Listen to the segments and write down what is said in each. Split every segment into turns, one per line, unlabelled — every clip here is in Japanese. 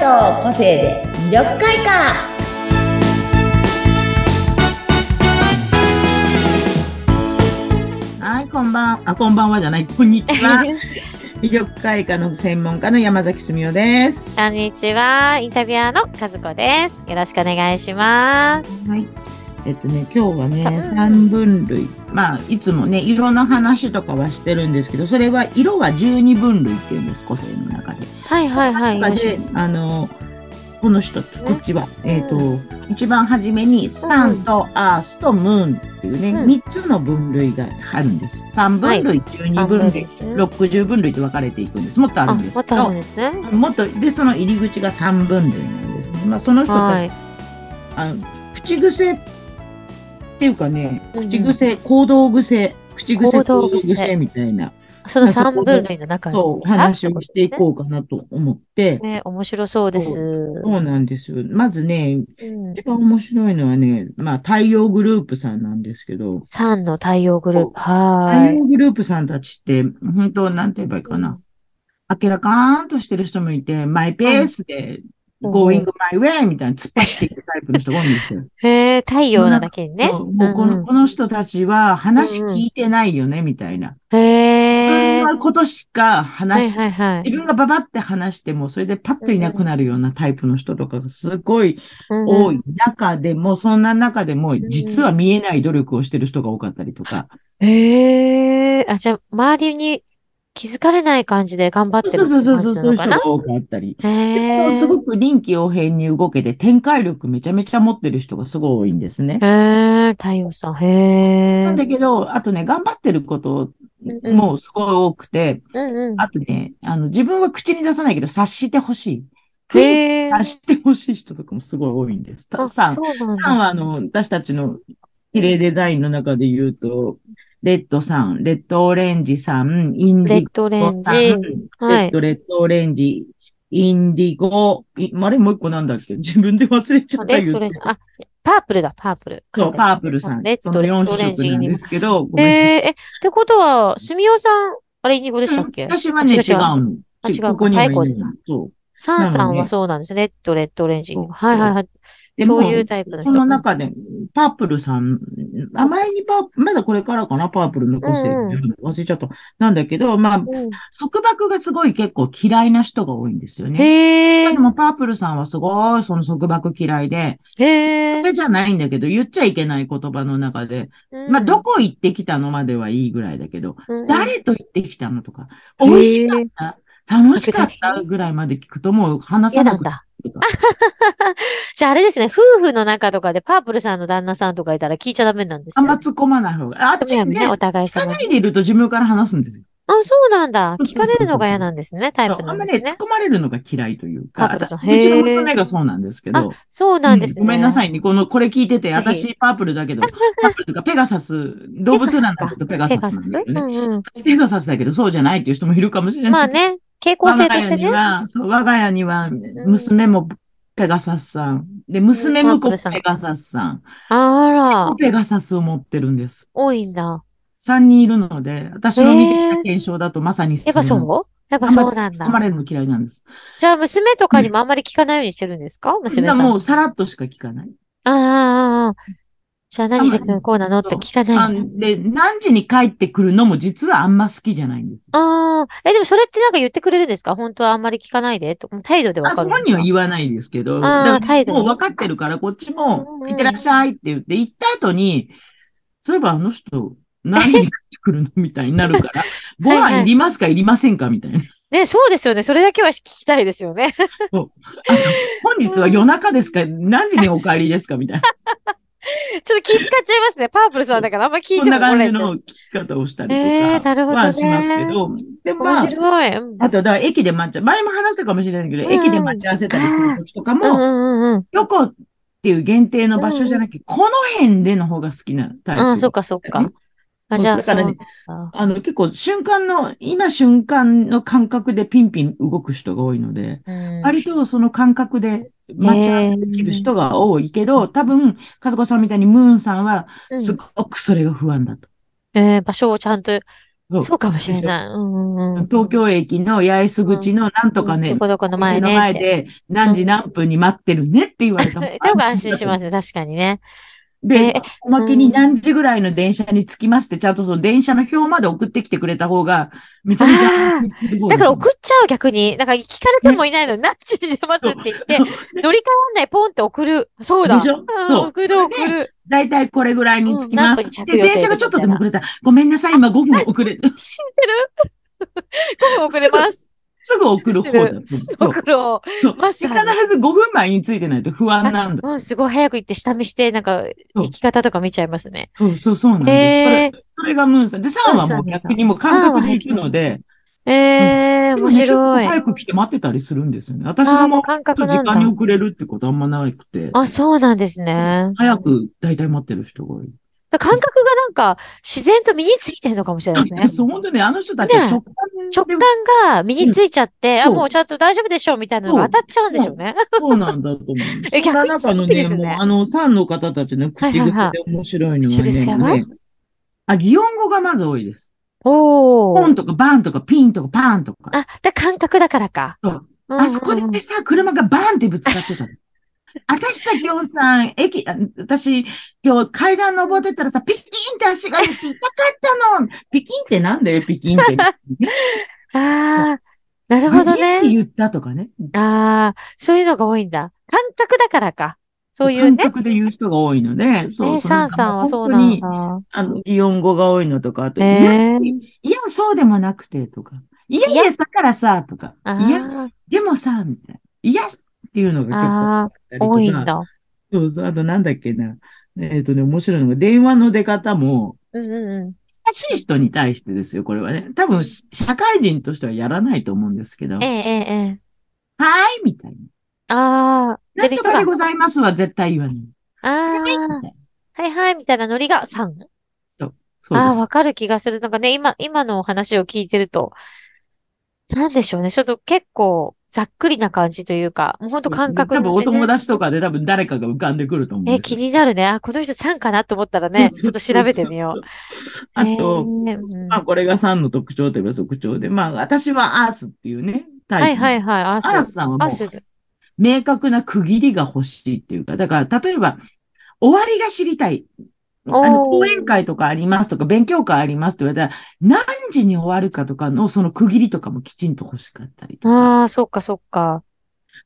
の個性で魅力開花
はい、こんばん、あ、こんばんはじゃない、こんにち は。魅力開花の専門家の山崎すみおです。
こんにちは。インタビュアーの和子です。よろしくお願いします。
はい。えっとね、今日はね、
ん
三分類。まあ、いつもね、色の話とかはしてるんですけど、それは色は十二分類っていうんです、個性の中で。
はいはいは
そ
い。
の中で、あの、この人、こっちは、えっ、と、一番初めに、サンとアースとムーンっていうね、
うん
三つの分類があるんです。三分類、十二分類、
六
六十分類と分かれていくんです。もっとある
あ
んです
ま
けど。
たあるんですね。
もっとでその入り口が3分類なんですね。まあその人たち、
はい。
あの口癖っていうかね
うんうん
口癖、行動癖口癖行
行
動
動癖
癖みたいな
その三分類の中に。
そうお話をしていこうかなと思って、
う。ね、面白そうです。
そうなんですよ。まずね
うん
一番面白いのはねまあ太陽グループさんなんですけど
三の太陽グループ。
太
は
陽グループさんたちって本当なんて言えばいいかな、明らかーんとしてる人もいて、マイペースで、
うん
going my way みたいな突っ走っていくタイプの人が多いんですよ。
い。へえ、太陽なだけにね。
そうもうこ
うんう
の
ん
この人たちは話聞いてないよね、みたいな。自
へえ。
分
は
のことしか
い
話し、
はいはい。
自分がババって話しても、それでパッといなくなるようなタイプの人とかがすごい多
い。
い中でも、そんな中でも、実は見えない努力をしてる人が多かったりとか。
へえ。あ、じゃあ、周りに気づかれない感じで頑張って
そ
る
うそうそう
感
そう、
じな
そうい
の
う人
かな
が多かったり。
へえ。
すごく臨機応変に動けて、展開力めちゃめちゃ持ってる人がすごい多いんですね。
へえ、太陽さん、へえ。
なんだけど、あとね、頑張ってること
うんうん
もすごい多くて、
うんうん。
あとね、あの、自分は口に出さないけど、察してほしい。 察
へえ。
してほしい人とかもすごい多いんです。た
あ
さん、
そうなん
さんはあ
ですね、
の、私たちの綺麗デザインの中で言うと、レッドさん、レッドオレンジさん、イン
レ
ディ
ッドオレン
ゴ
ジ
さん、、レ
はい
ッド、レッドオレンジ、インディゴ、いあれもう一個なんだっけ自分で忘れちゃった
レッ
言
ドオレ
う
ンジ
て、
あ、パープルだ、パープル。
そう、パープルさん
レッ。
そ
ド、
の
レッドオ
4
レン
色
ジ、イ
なん
ンディ
で
ゴ。
すけど、ご
へ
めんなさい
え、え、ってことは、すみおさん、あれ、インディゴでしたっけ
私はね、違
違う違う
うの。
あ違う
ここにはい
太
な
鼓
い
さん。
そう。
サンさ
なの
ん
ね
はそうなんですね。レッド、レッド、オレンジ。
そう
はいはいはい。
で
そう
も
いうタイプの人。
その中で、パープルさん、あ、前にパーまだこれからかな、パープルの個性、
うんう
忘れちゃった。なんだけど、まあ、
うん
束縛がすごい結構嫌いな人が多いんですよね。
へ
で
え、
も、パープルさんはすごい、その束縛嫌いで、
へ
そ
え。
れじゃないんだけど、言っちゃいけない言葉の中で、
うん
まあ、ど、こ行ってきたのまではいいぐらいだけど、
うんうん
誰と行ってきたのとか、美味しかった、楽しかったぐらいまで聞くともう話
嫌
さ
な
なんく
だ。
とか。
じゃああれですね、夫婦の中とかでパープルさんの旦那さんとかいたら聞いちゃダメなんです
あんま
ね。
突っ込まない方が。あっ
む
ち
や
で、
みね、お互い
二
様に。
人でいると自分から話すんですよ。
あ、そうなんだ。
そう
聞
そうそうそう
かれるのが嫌なんですね、タイプ
あ
なんん
ま
で
ね、
す
突っ
ね。
込まれるのが嫌いというか、
パープルさん
あたうちの
へー
娘がそうなんですけど、
そうなんです
う
ね。
んごめん なさいね、この、これ聞いてて、
ひ
私パープルだけど、パープルとかペガサス、動物なんだけどペガ
ペ
サ
ガ
ス
サ
なん
ス
だけ
う
どね。
んうん。
ペガサスだけどそうじゃないっていう人もいるかもしれない。
まあね、傾向性として
我が家に
ね。
は、そう我が家には、娘もペガサスさん。で、娘
う
婿
んパープ
も
ルさん
ペガサスさん。
あら、
ペガサスを持ってるんです。
多いんだ。
三人いるので、私の見てきた検証だとまさに
やっぱ
その
そうやっぱ
あんま
そうなん
包ま
だ。
れるの嫌いなんです。
じゃあ、娘とかにもあんまり聞かないようにしてるんですか娘
だ
さ
からも
ん。
うさらっとしか聞かない。
ああああ、ああ。じゃあ何してくるこうなのって聞かな
あ
いんだ。
で、何時に帰ってくるのも実はあんま好きじゃないんですよ。
ああ。え、でもそれってなんか言ってくれるんですか本当はあんまり聞かないで。と態度でわ
あ
か
そ
るん
こ
です
に
か
は言わないですけど、
あー
だ
態度
もう分かってるから、こっちも
うんう、ん
いってらっしゃいって言って、行った後に、そういえばあの人、何に帰ってくるのみたいになるから、ご
はい
飯いりますかいりませんかみたい な。
ね、そうですよね。それだけは聞きたいですよね。
あと本日は夜中ですか何時にお帰りですかみたいな。
ちょっと気使っちゃいますね。パープルさんだからあんま 聞
そ
いて
ん
も
な
ら
感じ
えちゃ
の
う
聞
し。
き方をしたりと
えーな
か
るほどね
はしますけど、でもま
面
あ、
白い。うん
あと、だから駅で待ち合前も話したかもしれないけど、
うん
駅で待ち合わせたりする時とか
うんう
も、
んうんうん。
どこっていう限定の場所じゃなくて、この辺での方が好きなタイプ。
ああ、そっかそっ
だよ
か
ね。
あ、じゃあ、
そうだからね
そうなんだ
あの、結構瞬間の、今瞬間の感覚でピンピン動く人が多いので、
うん
割とその感覚で待ち合わせできる人が多いけど、多分、和子さんみたいにムーンさんは、
うん
すごくそれが不安だと。
えー場所をちゃんと
そう
そうかもしれない。うんうんうん。
東京駅の八重洲口のなんとかね、
どこどこ
お
の
店
前
の
ね。
前で何時何分に待ってるねって言われた。
だから安心しますすね。確かにね。
で
え、
おまけに何時ぐらいの電車に着きますって、ちゃんとその電車の表まで送ってきてくれた方が、めちゃめちゃ安心する方が。
だから送っちゃう逆に。なんか聞かれてもいないのに、何時に出ますって言って、乗り換わんない、ポンって送る。そうだ。
でしょ
ん
そう
送る、送る。
だいたいこれぐらいに着きま
うん何分に
す。
着
で、
予定
電車がちょっとでも遅れた。ごめんなさい、今5分遅れる。
知 ってる ?5 分遅れます。
すぐ送る方だと思う。
す
そ
ぐ
う
送ろ
そう。
ま
必
さ
ず
に
5分前についてないと不安なんだ。
う。うん、すごい早く行って下見して、なんか、
そう
行き方とか見ちゃいますね。
そうそうそうなんです。そ
へ
れそれがムーンさん。で、3は
そ
も
うな
うん
だ
逆にもう感覚で行くので、
ええー、面白
でもね結構
い。
早く来て待ってたりするんですよね。私
ああ、
の
も
ま
う感
まと
覚
時
なんだ
間に。遅れるってことあんまなくて、
あ、そうなんですね。
早く大体待ってる人が多い。。
だから感覚がなんか、自然と身についてるのかもしれないですね
そう、本当ね、あの人たちは直感
直
で
感が身についちゃって、あ、
そう
もうちゃんと大丈夫でしょうみたいなのが当たっちゃうんでしょうね。
そうなんだと思う。
え
そんな
逆に
中の
すっきり
ね、
です
も
ね
う、あの、3の方たちの口癖で面白いのはね、
はいはいはい
ねあ、擬音語がまず多いです。
お
ポ
お。
ンとかバンとかピンとかパーンとか。
あ、だ感覚だからか。
そう
うんうんうん
あそこでさ、車がバーンってぶつかって たの。私さ、今日さ、駅、あ私、今日階段登ってったらさ、ピキンって足が痛かったの。ピキンってなんだよ、ピキン って。
ああ、なるほど
ピキンって
ね。
言ったとかね。
ああ、そういうのが多いんだ。感覚だからか。そういうね
感。覚で言う人が多いので、そう、
ね、
そ
サンさんはそうなん
本当に
だ。
あの、擬音語が多いのとか、あと、い
へ
や
え、
いや、そうでもなくて、とか。いや、いや、だからさ、とか。
あ
いや、でもさ、みたいな。いや、っていうの
あ、
が結構
ああ、
あったりとか
多いんだ。
そうそう、あとなんだっけな。えっ、とね、面白いのが、電話の出方も、
うんうんう
親しい人に対してですよ、これはね。多分、し社会人としてはやらないと思うんですけど、は
ん。え
ー
えええええ。
い、みたい
ああ、
な。なんと
出る人
か
が
でございますは絶対言わない。
あ
はい、み
あ、
たいな。
はいはい、みたいなノリが3。
そう
あ
で
あ、
す
わ。かる気がする。なんかね、今、今のお話を聞いてると、なんでしょうね。ちょっと結構、ざっくりな感じというか、もうほんと感覚
多分、お
でね
友達とかで多分誰かが浮かんでくると思うんですよ
え、気になるね。あ、この人3かなと思ったらね、
そう
ち
そう
ょっと調べてみよう。
あと、
えーうん
まあ、これが3の特徴といえば特徴で、まあ、私はアースっていうね、タ
は
イ
い
プ。
はいはい、アース。
アースさんはも
ア
う
ー、スで。
明確な区切りが欲しいっていうか、だから、例えば、終わりが知りたい。
おー
あの、講演会とかありますとか、勉強会ありますって言われたら、何時に終わるかとかの、その区切りとかもきちんと欲しかったりとか、
ああ、そっかそっか。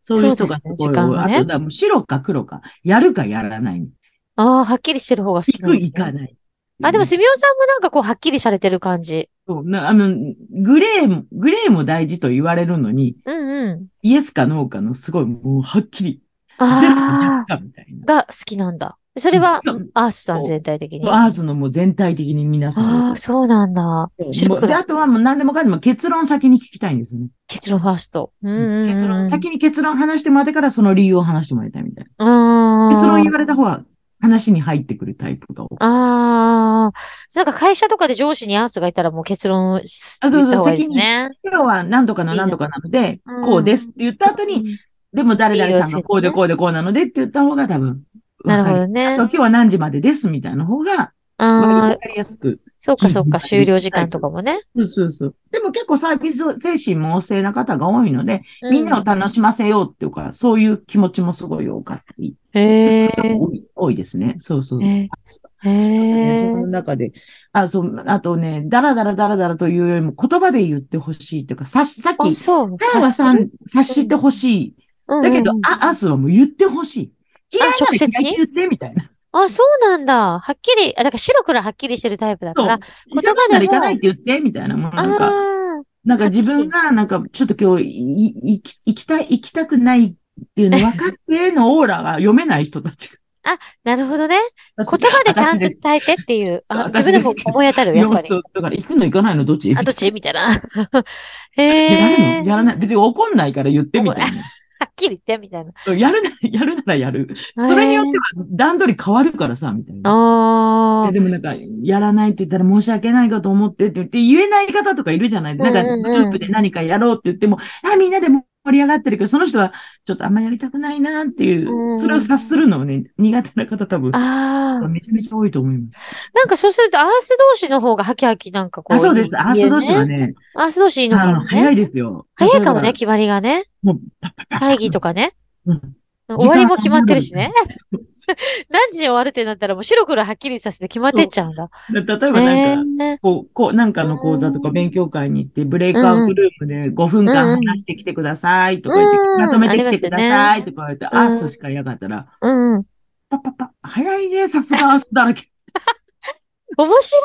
そういう人がすごい多い。
そうですね時間が
あ
ね
と、だからもう白か黒か、やるかやらない。
ああ、はっきりしてる方が好き
行
なん
く、
ですね
行かない。
あ、でも、すみおさんもなんかこう、はっきりされてる感じ。
そうなあの、グレーも、グレーも大事と言われるのに、
うんうん。
イエスかノーかのすごいもうはっきり、全部100
ああ、
かみたいな。
が好きなんだ。それは
うん、
アースさん全体的に。
アースのもう全体的に皆さん
ああ、そうなんだ。
そう。
白
もう
黒
であとはもう何でもかんでも結論先に聞きたいんですよね。
結論ファースト。うんうんうん。
結論、先に結論話してもらってからその理由を話してもらいたいみたい
あ
な。
ー
結論言われた方は話に入ってくるタイプが多い。
ああ。なんか会社とかで上司にアースがいたらもう結論し
あそうそう
言った方がいいですね。
今日は何とかの何とかなので
うん、
こうですって言った後に、でも誰々さんがこうでこうでこうなのでって言った方が多分
な
わ
る
か
ほ
る。
どね。
あと今日は何時までですみたいな方が
あ
わ
あ、
かりやすく。
そうかそう
うん
か。終了時間とかもね。
そうそうそう。でも結構サービス精神も旺盛な方が多いので、
う
みんなを楽しませようっていうか、そういう気持ちもすごい多かったり、
へえ。
そういう方も多い多いですね。そうそう。
へーへ
ねそ
え。
の中で、あ、そう、あとね、だらだらだらだらというよりも言葉で言ってほしいというか、さし、さっ
あ、
き、
そう。
さんはさ
察する
ん、察してほしい。
うんうんう
だ
ん
けど、あ、あすはもう言ってほしい。嫌いな
あ直
ら
接
嫌
に
いって言ってみたいな。
あ、そうなんだ。はっきり、あ、だから白黒はっきりしてるタイプだか
そう
ら。。
言
言
葉
葉
な
でも
ら行かないって言ってみたいなもうなんか、
あ
なんか自分が、なんか、ちょっと今日、い、い、行き行きたい、行きたくないっていうの分かってのオーラが読めない人たち。
あ、なるほどね。
言
言葉でちゃんと
私す
伝えてっていう。
そう
あ、自分でも
私です
思い当たる、やっぱり
そ。うだから行くの行かないのどっち
あ、どっちみた いな。
やらな
へえ
いの。やらない。別に怒んないから言ってみたいな。
はっきり言って、みたいな。
そうやるな、やるならやる。 それによって
へ
は段取り変わるからさ、みたい
ー
な。
あ
え でもなんか、やらないって言ったら申し訳ないかと思ってって言って、言えない方とかいるじゃない。なんか、
うんうんうん
グループで何かやろうって言っても、あ、みんなでもり上がってるけど、その人はちょっとあんまりやりたくないなっていうう、
ん
それを察するのをね、苦手な方多分、
ああ。
めちゃめちゃ多いと思います。
なんかそうすると、アース同士の方がハキハキなんかこう。
あそうです。アース同士は。ね、
アース同士いいのか
あの、
も
早
ね。
いですよ。
早いか
例
も
え
ね、
ば。
決まりがね。
もう、パッパッパッ
会議とかね。
うん
終わりも決まってるしね。 何時に終わるってなったらもう白黒はっきりさせて決まってっちゃうんだ。
例えばなんか、
ええ。
こう、こう、なんかの講座と
う
か
ん
勉強会に行って、ブレイクアウトルームで5分間
うん
話してきてくださいとか言って、
うん
まとめてきてくださ
ありますよね
いとか言って、
ん
アースしかいなかったら、
うんうん。
パッパッパ、早いね、さすがアースだら け。
面白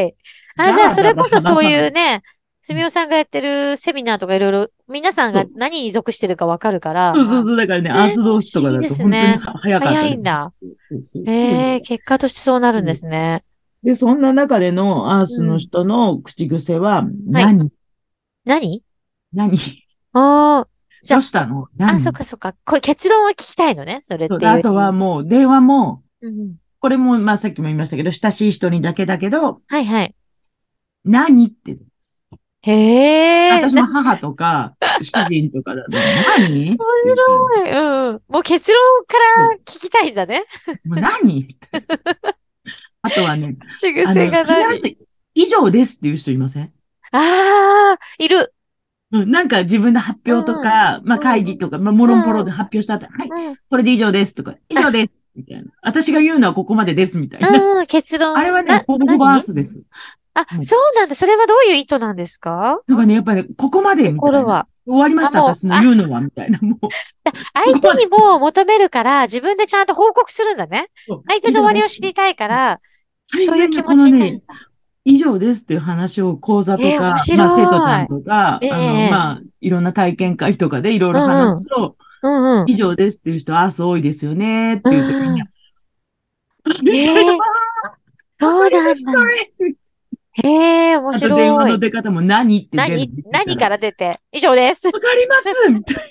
い。あ、じゃあそれこそそういうね、す
だ
みおさんがやってるセミナーとかいろいろ、皆さんが
そう
何に属してるかわかるから、
そうそうそう、だからね、アース同士とかだ
不思議で
と
す
本当に
ね
早かったり。
早いんだ。
そうそうそう。
ええ、結果としてそうなるんですね。
で、そんな中でのアースの人の口癖は、何
何
何
ああ、じ
ど
ゃあ
うしたの何
あ、そっかそっか。これ結論は聞きたいのね、それっ
そ
ていうう。
であとはもう、電話も、
うん、
これも、まあさっきも言いましたけど、親しい人にだけだけど、
はいはい。
何って。
へえ。
私も母とか、主人とかだと、 何面白
なうん。もう結論から聞きたいんだね。
い。もう何みたい なあとはね、
口
あ
癖が
の、
ない。
必ず以上ですっていう人いません
ああ、いる。
うん、なんか自分の発表とか、まあ
うん
会議とか、まあもろんぽろで発表した後、はい、
うん。
これで以上ですとか、以上 ですみたいな。私が言うのはここまでですみたいな。
うん、結論。
あれは
な
ね、ほぼほぼアー
何
スです。
あ
う、ん
そうなんだ。それはどういう意図なんですか
なんかね、やっぱり、ここまでみたい
心
な。
は。
終わりました、
あもう
私の言うのは、みたいな。もう、
相手にもう求めるから、自分でちゃんと報告するんだね。相手の終わりを知りたいから、そういう気持ちになるんだ。
以上ですっていう話を講座とか、
えー面白い
まあ、生徒ちゃんとか、
ええ
あの、まあ、いろんな体験会とかでいろいろ話すと、
うんうん。
以上ですっていう人、アース多いですよねっていう時に、
ええそうなんだ。へえ、面
あと電話
白
の
い。
出方も何って出る
何、何からら出て、以上です。
わかりますみたいな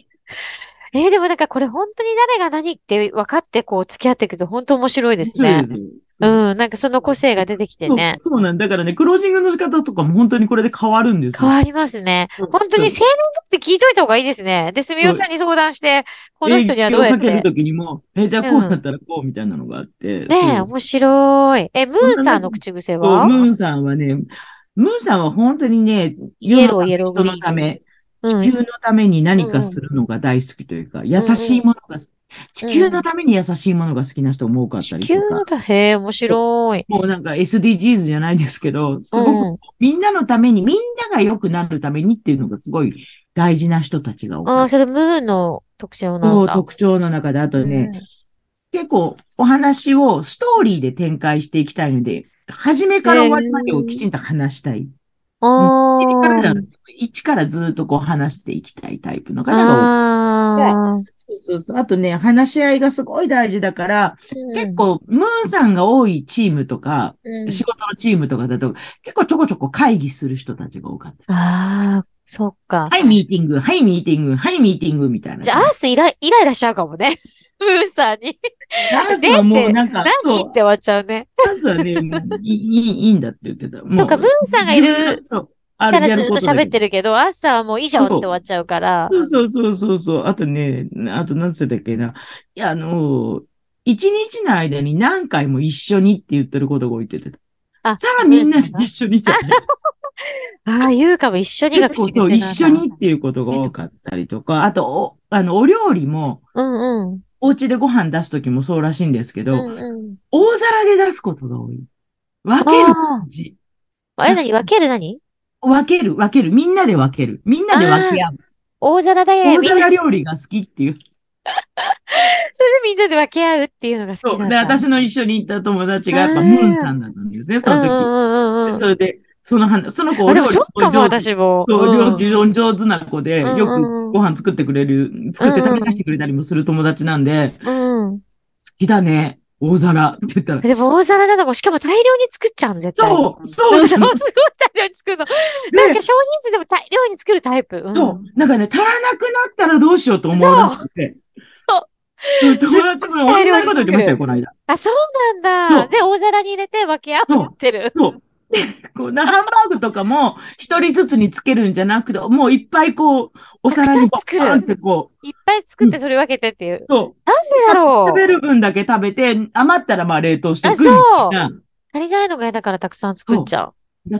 えー、でもなんかこれ本当に誰が何って分かってこう付き合っていくと本当面白いですね。
そうです
うん、なんかその個性が出てきて
そう
ね。
そうなんだからね、クロージングの仕方とかも本当にこれで変わるんです
変
よ。
わりますね。
そう
本当に生年月日聞いといた方がいいですね。で、すみおさんに相談して、この人にはどう
営
やっ
業をかける
て。
時にも、え、じゃあこうだったらこうみたいなのがあって。
ねえ、
そう
面白い。え、ムーンさんの口癖
そう
は
ムーンさんはね、ムーンさんは本当にね、
イエローイエ
世の
ローグリー
人
ン
のため、
うん
地球のために何かするのが大好きというか、優しいものが好き、地球のために優しいものが好きな人も多かった
地
り
球
と
の
か、
だ。へえ、面白い。
もうなんか SDGs じゃないですけど、す
う
ごく
ん。
みんなのために、みんなが良くなるためにっていうのがすごい大事な人たちが多
あ
かっ
あ、それムーンの特徴
た。
な
そ
ん
う
だ。
特徴の中で、あとね、
うん
結構お話をストーリーで展開していきたいので、初めから終わりまでをきちんと話したい。
あ
一からじゃ
ー
なくて一からずっとこう話していきたいタイプの方が多い。
あー。
そうそうそう。あとね、話し合いがすごい大事だから、結構、ムーンさんが多いチームとか、
うん、
仕事のチームとかだと、結構ちょこちょこ会議する人たちが多かった。
ああ、そっか。
はい、ミーティング、はい、ミーティング、はい、ミーティング、みたいな。
じゃあ、アースイライイライラしちゃうかもね。 ムーンさんに。
ダンスはもうなんか、
何
そ
っ
う
て、終わっちゃうね。
ダンスはね、もういいいいいいんだって言ってた。も
そうかムーンさんがいる、
そう。あ
だからずっと喋って
る。
るけど、アースさんはもう以上って終わっちゃうから。
そうそうそうそうそう。あとね、あと何つってたっけな。いや、あのー、一日の間に何回も一緒にって言ってることが多いって言って
あ
た。さあみんな
ムーンさんが
一緒にじゃない
ああ、言うかも一緒にが
結
口
構
癖
そ
な
う、一緒
んだ
にっていうことが多かったりとか、あと、お、あの、お料理も、
うんうん。
お家でご飯出すときもそうらしいんですけ
う
ど、
んうん。
大皿で出すことが多い。分ける
あ
感じ。
あ。え、何分ける何
分ける、分ける。みんなで分ける。みんなで分け合う。
大皿だよ。
大
みんな、それで
皿料理が好きっていう。
みんなで分け合うっていうのが好
そ
き
う。
なん
で、
だ。
私の一緒に行った友達が、やっ
あ
ぱ、
ー
ムーンさんだったんですね、その
うん
時。
うん
で
うんう
そ
ん。
れで、その話、その子
あ、
お
で
料
も
理
そっか
上
も、
手
私も。
そう、
うん
料理上上手な子で、
うん
よ
うんう
く
ん
ご飯作ってくれる、作って食べさせてくれたりもする友達なんで、好
うん。
きだね、大皿って言ったら、
でも大皿なのも、しかも大量に作っちゃうの、絶対。
そうそう
そ、
そう
す
う
ごい大量に作るの。なんか
で、
少人数でも大量に作るタイプ。うん、
そう、なんかね、足らなくなったらどうしようと思うなって。
そう。
友達も同じこと言ってました
すっごい料理作る
よ、この間。
あ、そうなん
そ
だ。
う
で、大皿に入れて分け合
そう
ってる。
そう。こうなハンバーグとかも一人ずつにつけるんじゃなくて、もういっぱいこう、お皿にバ
たくさ
ー
ん
ンってこ
いっぱい作って取り分けてっていう。
う、そう、
なんでだろう
食べる分だけ食べて、余ったらまあ冷凍して
あ、
くる。
そう
な
足りないのが嫌だからたくさん作っちゃう。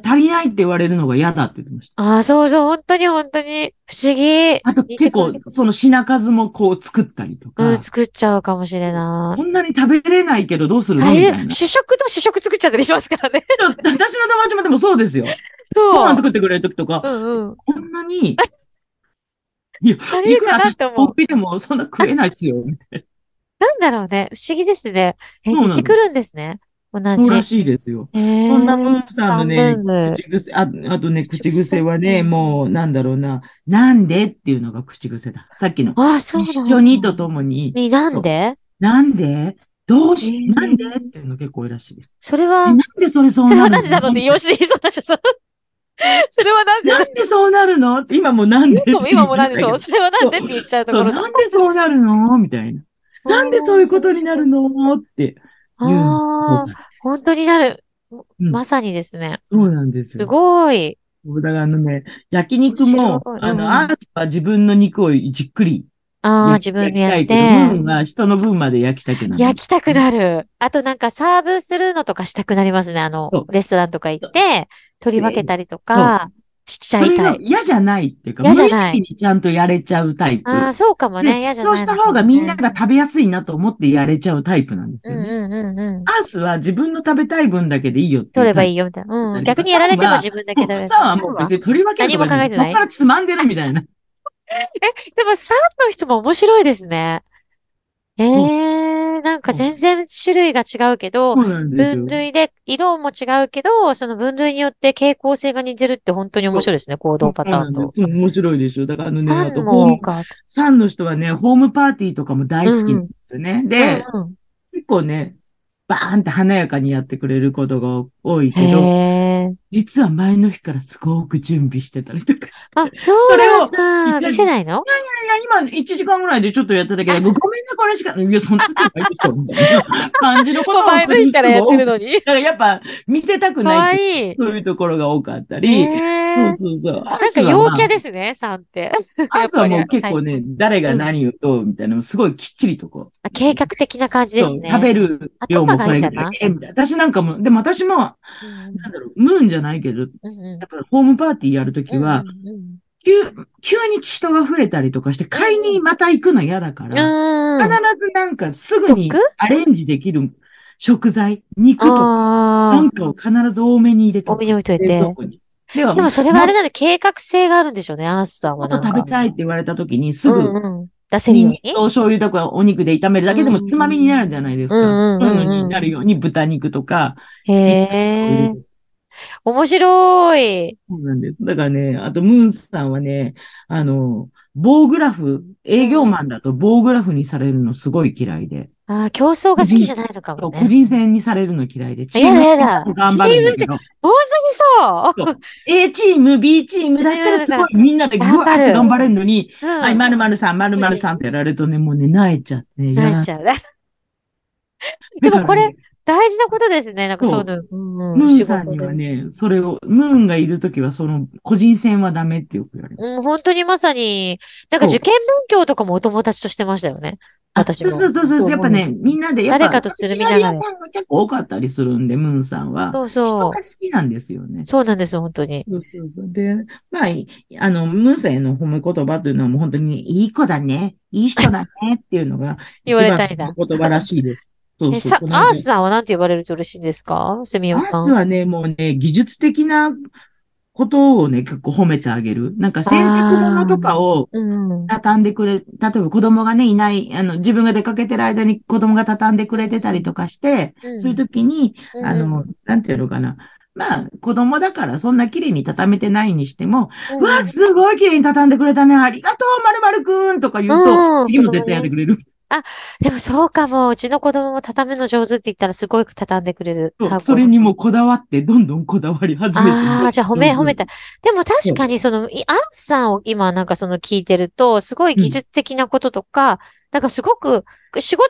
足りないって言われるのが嫌だって言ってました。
あ、そうそう、本当に本当に。不思議。
あと結構、その品数もこう作ったりと
う
か
ん、、作っちゃうかもしれな
こんなに食べれないけどどうする
い。
の
あ
みた
れ
い、な。
主食と主食作っちゃったりしますからね。
私の友達もでも そうですよ。
そう。
ご飯作ってくれるときとか
う、んうん。
こんなに、いや、
足り
い
る
く
からな
私
って思う
僕。いてもそんな食えないですよ。
なんだろうね。不思議ですね。え、
そうなの
似てくるんですね。同じ。
そうらしいですよ。
えー
そんなムーンさんのね
半分、で
口癖、ああとね、口
口癖
癖はね、もう、なんだろうな、なんでっていうのが口癖だ。さっきの、
あ、そうなの
一緒にとともに、
になんで
なんでどうし、
へー
なんでっていうの結構多いらしいです。
それ
え
は
なん、でそれそうなる
それ
の
はなんでだろうって、よし、 そうなっちゃった。それはなんで
なんでそうなるの今もうなんでって
そう今もなんでそ う、それはなんでっ
そ
て言っちゃうと
そ
こ
う
ろ
なんでそうなるのみたいな。なんでそういうことになるのって言う
あ
の
あ、。本当になる。
うん
まさにですね。
そうなんです
す
よ。
ごい。
だからあのね、焼肉も
面、白い
あ
うん
の、アートは自分の肉をじっくり
ああ、
焼
自
き
分でや
た
っ
いけど、ムー
て
ン。は人の分まで焼きたくなる。
焼きたくなる。あとなんかサーブするのとかしたくなりますね。あの
そ、う
レストランとか行って、取り分けたりとか、ちっちゃ
そ
い
れ
タ
が
イプ。
嫌じゃないっていうか、無
嫌
意
じゃない
識にちゃんとやれちゃうタイプ。
ああ、そうかもね。
で
嫌じゃない
そう
の
した
かも
方が
ね
みんなが食べやすいなと思ってやれちゃうタイプなんです
う
よ
ん
ね。
うんうんうん。
アースは自分の食べたい分だけでいいよっていう
取れば
い。
いいよみたいな。う。
うんん
逆にやられても
サンは
自分だけ
もう
食べる。
サンはもう別に取り分けるとかじゃな
何も考え
い
て
そ
ない
こからつまんでるみたいな。
え、でもサンの人も面白いですね。ええ、なんか全然種類が違うけど、
そうなんですよ
分。類で、色も違うけど、その分類によって傾向性が似てるって本当に面白いですね、行動パターン
そう
と。
なんですそう面白いでしょ。だからあのね、
サ
あと
ン
ホー
も
ム、
か。
サンの人はね、ホームパーティーとかも大好きなんですよね。で、
うんうん
結構ね、バーンって華やかにやってくれることが多いけど、
へえ。
実は前の日からすごく準備してたりとかして。
あ、そう
それ
な
を
んだ。
一回
見せない
い
の
や、今1時間ぐらいでちょっとやってたけど、ごめ んね、これしか、いや、そんなことないでしょ、みたいな感じの ことを
前
す
の
る
日か
人
らやっ
も多
て
く
る
て
のに。
だからやっぱ見せたく
かわ
ないって
いい。
そういうところが多かった
へ
り、
え。
そうそうそう。
な
なん
か陽キャですね、サンって。
朝はもう結構
や
ね、誰が何をどうみたいなのすごいきっちりとこ
あ計画的な感じ
う。
で
そ
す
う
ね。
食べる量もこれぐ
頭が
ら
い
い。えみたいな私なんかも、でも私も、な
うん
んだろう、ムーンじゃないけど、やっ
うんうん
ぱホームパーティーやるとき
うん
は、
うん
急、急に人が増えたりとかして、買いにまた行くの嫌だか
うん
ら、
うん。う
必
ん。
ずなんかすぐに
ストッ
アレンジできる食材、肉とか、な
あ
んかを必ず多めに入れて
あ。多めに置いといて。
では
でもそれはあれなんで計画性があるんでしょうね、アースさん
も
は
っ
なん
と
か。
食べたいって言われたときにすぐ、
うんうん、出せる
ニン
よ
ニ
う
ク
に
と。醤油とかお肉で炒めるだけでもつまみになるじゃないですか。
うん
そううん
うん
いうのになるように豚肉とか。
へえ。面白い。
そうなんです。だからね、あとムーンさんはね、あの、棒グラフ、営業マンだと棒グラフにされるのすごい嫌いで、
あー競争が好きじゃないのか
そ
も
う
ね。
個人戦にされるの嫌いで、チー
や
ム
だ
戦
やだ。チ
と頑張るんだけ
ーム
ど、
本当にそう。
A チーム、B チームだったらすごいみんなでグワーって頑張れるのに、
うん
はい、〇〇さん、〇〇さんってやられるとね、もうね、萎えちゃって、や
な
ら
っちゃうね。 でもこれ、大事なことですね。なんかそういうの。うんうん
ムーン
仕
さん
事
に
で
は。ね、それを、ムーンがいるときは、その、個人戦はダメってよく言われる。
うん、本当にまさに、なんか
そう
受験勉強とかもお友達としてましたよね。
あ
私も
そうそうそうそう、やっぱね、みんなで、やっぱ、
誰かとするみんなが
シナリオさんが結構多かったりするんで、ムーンさんは。
そう
人
そ
が好きなんですよね
う。。そうなんですよ、本当に。
そうそうそう。で、まあ、いあの、ムーンさんへの褒め言葉というのはもう本当に、いい子だね、いい人だねっていうのが、
言われたいん
一
だ
番の言葉らしいです。そうそう
え、さ
こ、の間
アースさんはなんて呼ばれると嬉しいんですかすみおさ
アース
ん。
はね、もうね、技術的なことをね、結構褒めてあげる。なんか洗濯物とかを
うん。
畳んでくれ、例えば子供がね、いない、あの、自分が出かけてる間に子供が畳んでくれてたりとかして、そういう時に、
うん
あ、
うん
の、なんていうのかな。まあ、子供だからそんな綺麗に畳めてないにしても、うわ、すごい綺麗に畳んでくれたね、ありがとう、まるまるくんとか言う
うん
と、次も絶対やってくれる。
でもそうかも。うちの子供も畳むの上手って言ったらすごい畳んでくれる。
そう
多分
それにもうこだわって、どんどんこだわり始めてる。
ああ、じゃあ褒め、褒めた。でも
そ
確
う
かにその、いアンさんを今なんかその聞いてると、すごい技術的なこととか、なんかすごく仕事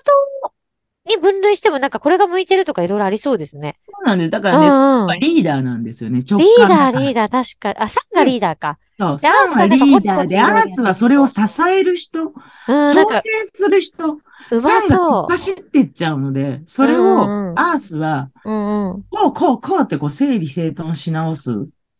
に分類してもなんかこれが向いてるとかいろいろありそうですね。
そうなんです。だからね、
うん
ス
うん
ーはリーダーなんですよね。直
リー
感
ダ
だか
ー、リー
ら。
ダー、確かに。あ、サンがリーダーか。
そう、
で
サ
アー
ン
スは
はリ
なんか
ー
コツ
ダ
コ
ー
ツ
で、アラツはそれを支える人、
うん、な
調
んか、
整する人、
う
サ
ま
ンが突
そ
っ走ってっちゃうので、それ
うんう
を
ん
アースは、
う。うんうん。
こう、こう、こうってこう整理整頓し直す。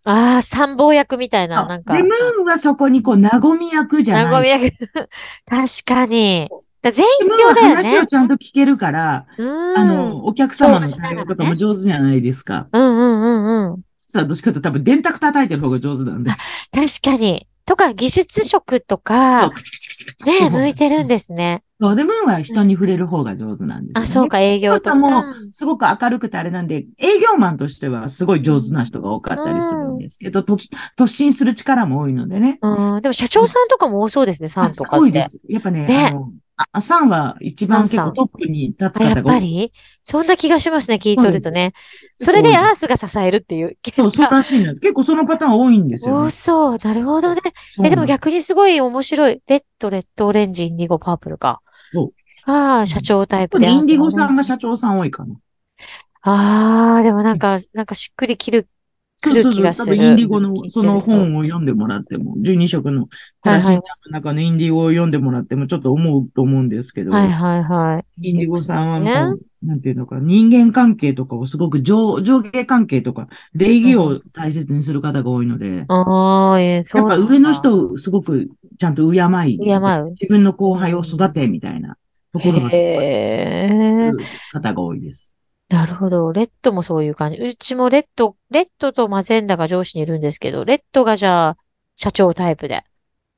ああ、参謀役みたいな、なんか。
で、ムーンはそこにこう、和み役じゃ
和
な
み
い。
役。 確かに。だ全員
でム
必
ーン
要
は
だよ
話を
ね。
ちゃんと聞けるから、
うん。
あの、お客様の対応とかも上手じゃないですか。
うんうんうんうん。
さあ、どっちかというと多分電卓叩いてる方が上手なんで。
確かに。とか、技術職と
そ
か
う、カチカチカチカチって
ね、
方が
向いてるんですね。
そう、で、ムーンは人に触れる方が上手なんですよ、ね。
あ、そう。か、営業とか。
もすごく明るくてあれなんで、営業マンとしてはすごい上手な人が多かったりするんですけど、とち突進する力も多いのでね。
うん、でも社長さんとかも多そうですね、さんとか
あすご
っ
いで
て。
す。やっぱね、
ね
あの、あ、さんは一番結
サン
構
さん
トップに立つ
あ、や
方
っ
が多
ぱ
い。
りそんな気がしますね、聞いとるとね。そ
そうです
れで
多い
アースが支えるっていう。
そう、そうらしいんです。結構そのパターン多いんですよ、
多
ね。
そう。なるほどね。
そうなん
え、でも逆にすごい面白い。レッド、レッド、オレンジ、インディゴ、パープルか。
そう
ああ、社長タイプ
これ
で。
インディゴさん
アー
が
スオレンジ
社長さん多いかな。
ああ、でもなんか、なんかしっくりきる。
そう
来
そう
る気
そう。
がす
多
る
分インディゴ
聞
の
いてると
その本を読んでもらっても、12色のパ
はい
ラシ
は
ン
い
ダ。ーの中のインディゴを読んでもらってもちょっと思うと思うんですけど、
はいはいはい。
インディゴさんは
ね
もう、なんていうのか、人間関係とかをすごく上、上下関係とか、礼儀を大切にする方が多いので、
ああ、ええ、そう
やっぱ
なんだ
上の人をすごくちゃんと敬い、
敬う
自分の後輩を育てみたいなところが、
へえ。
方が多いです。
なるほど。レッドもそういう感じ。うちもレッド、レッドとマゼンダが上司にいるんですけど、レッドがじゃあ、社長タイプで。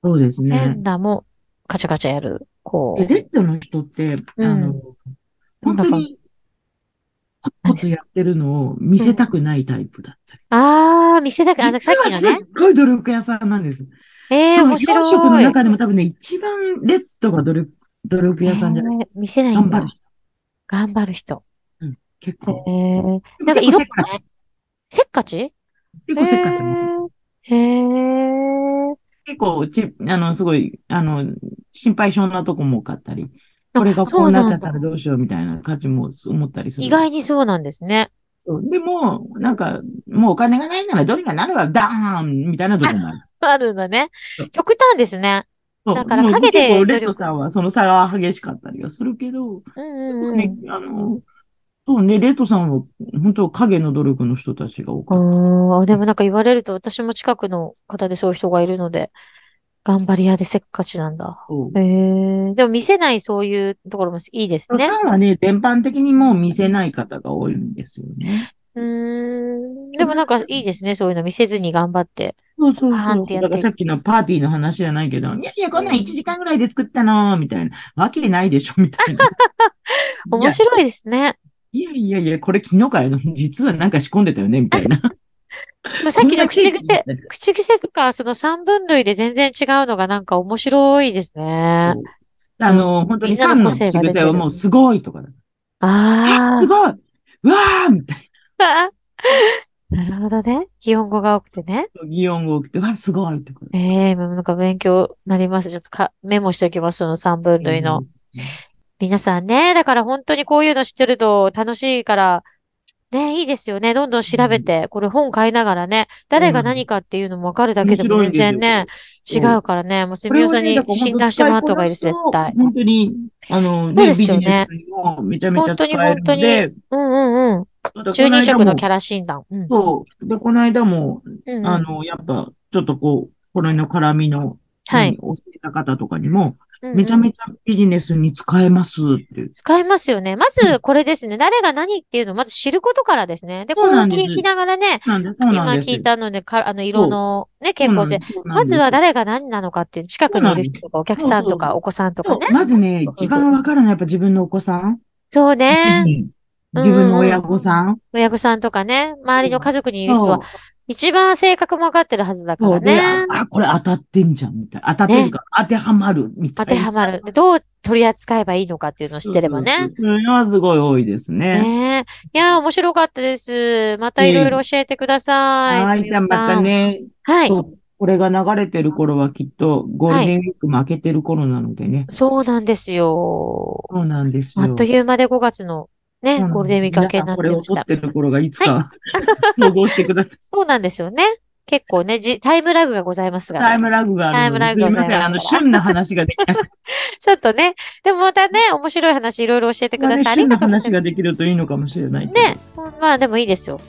そうです
マゼ
ね
ン。ダもカチャカチャやる。こ
でレッドの人って、
うん
あの、本当に、コツコツやってるのを見せたくないタイプだったり。
う。ああ、見せたく、あの、さっきの
実は
ね
す。っごい努力屋さんなんです。
ええ
そ
ー、
の
面白
4
い。
色の中でも多分ね、一番レッドが努力、努力屋さんじゃない。
えー見せないん
頑張
だ
る。人。
頑張る人。
結
え
構。
ー、なんか
結構
色
せっかち。
せっかち
結構せっかち
へ
なの。
ーへー
結構ち、あの、すごい、あの、心配性なとこも多かったり、これが
そ
こ
う
うな
な
んっち
だ
ゃったらどうしようみたいな感じも思ったりする。
意外にそうなんですね。
そうでも、なんか、もうお金がないならどれがなるわ、ダーンみたいなとこもある。
あるんだね
そう。
極端ですね。
そう
だから
もう
陰で
結構レッ
努力
ドさんはその差が激しかったりはするけど、
うんうんう
ね
ん。、
あの、そうね、レッドさんは本当影の努力の人たちが多かった。
ああ、でもなんか言われると、私も近くの方でそういう人がいるので、頑張り屋でせっかちなんだ。
そう
へえ。でも見せないそういうところもいいですね。
さんはね、全般的にもう見せない方が多いんですよね。
うーん。でもなんかいいですね。そういうの見せずに頑張って。
そうそう
パーンっ
そ
てや
う。だ
って
からさっきのパーティーの話じゃないけど、いやいや、こんなん1時間ぐらいで作ったのみたいな。わけないでしょみたいな。
面白いですね。
いやいやいや、これ昨日からの実はなんか仕込んでたよねみたいな。
まあさっきの口
こんなケー
癖、
キみたい
口癖とか、その三分類で全然違うのがなんか面白いですね
な。。 あの、本当に3の口癖はもうすごいとかだ。
あ
あ
あ。
すごいうわーみたい
なるほどね。擬音語が多くてね。
な。擬音が多くて、わーすごいとか。
ええなんか勉強になります。ちょっとかメモしておきます。その三分類の。皆さんね、だから本当にこういうの知ってると楽しいから、ね、いいですよね。どんどん調べて、これ本買いながらね、誰が何かっていうのもわかるだけでも全然
白いん
ね、違
ですよ
うからね、もうす
こ
み
れ
お
を
さん
ね
に
だから本当
診断してもらった方がいいです、
使
絶
こな
対
す。と本当に、あの、
そう
ね、
で
ビ
す
ジ
よね
ネスにもめちゃめちゃ使える
本当
の
に
で、
うんうんう
だ
ん。
からこの
12
間
色の
も
キャラ診断。うん。
そう。で、この間も、
うんうん
あの、やっぱ、ちょっとこう、これの絡みの、
はい。
何教えた方とかにも、
うんうん
めちゃめちゃビジネスに使えますっていう。
使えますよね。まず、これですね。誰が何っていうのをまず知ることからですね。で、こ
そう
れを
なんです
聞きながらね、
なんで、そう
今
なんです
聞いたので、かあの、色のね、健康性。
そうなん
ま
です
ずは誰が何なのかっていう、近くにいる人とか、お客さんと
そう
か、お子さんとかね
そう。まずね、
そうそ
一
う
番わかるのはやっぱ自分のお子さん。
そうね。
自分の親御さん。
親御さんとかね、周りの家族にいる人
そう
は、一番性格もわかってるはずだか
そ
ら
うで、あ
ね。、
あこれ当たってんじゃん、みたいな。当たってるか、当てはまる、みた
当
いな。
てはまる。で、どう取り扱えばいいのかっていうのを知ってれば
そ
ね
う。そうそうそういうのはすごい多いですね。
ねえ。いやー、面白かったです。またいろいろ教えてください。
はい、
すみ
じゃあ
ません
また。ね、
はい。
こうこれが流れてる頃はきっとゴールデンウィークも明けてる頃なのでね。
そうなんですよ。
そうなんですよ。
あっという間で5月のね、
そうなんです
ゴールデンウィーク明けに
皆さん
なっ
これ
て
を
まし
撮
た
っ。てる頃がいつか、想像してください。
そうなんですよね。結構ね、じタイムラグがございますが、
タイムラグがあるので
タイムラグ
すいません。あ
ござい
の、
ますから
旬な話ができ なくて、
ちょっとね、でもまたね、面白い話いろいろ教えてください。あり
旬
が
な
とうござ
話
いま
ができるといいのかもしれないけ
す。
ど。
ね、まあでもいいですよ。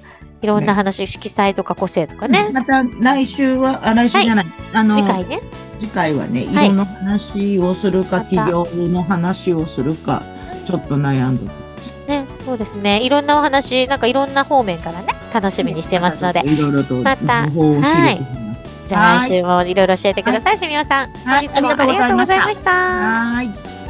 いろんな話、色彩とか個性とかね。
また来週は、あ来週じゃない、あの
次回ね。
次回はね、
はい
色の話をするか、
また
企業の話をするか、ちょっと悩んで
ね、そうですね。いろんなお話、なんかいろんな方面からね、楽しみにしてますので。
いろいろと
また
情報を知れています。
じゃあ来週もいろいろ教えてください、すみおさん。
はい
本日もありがとうございました。
はい。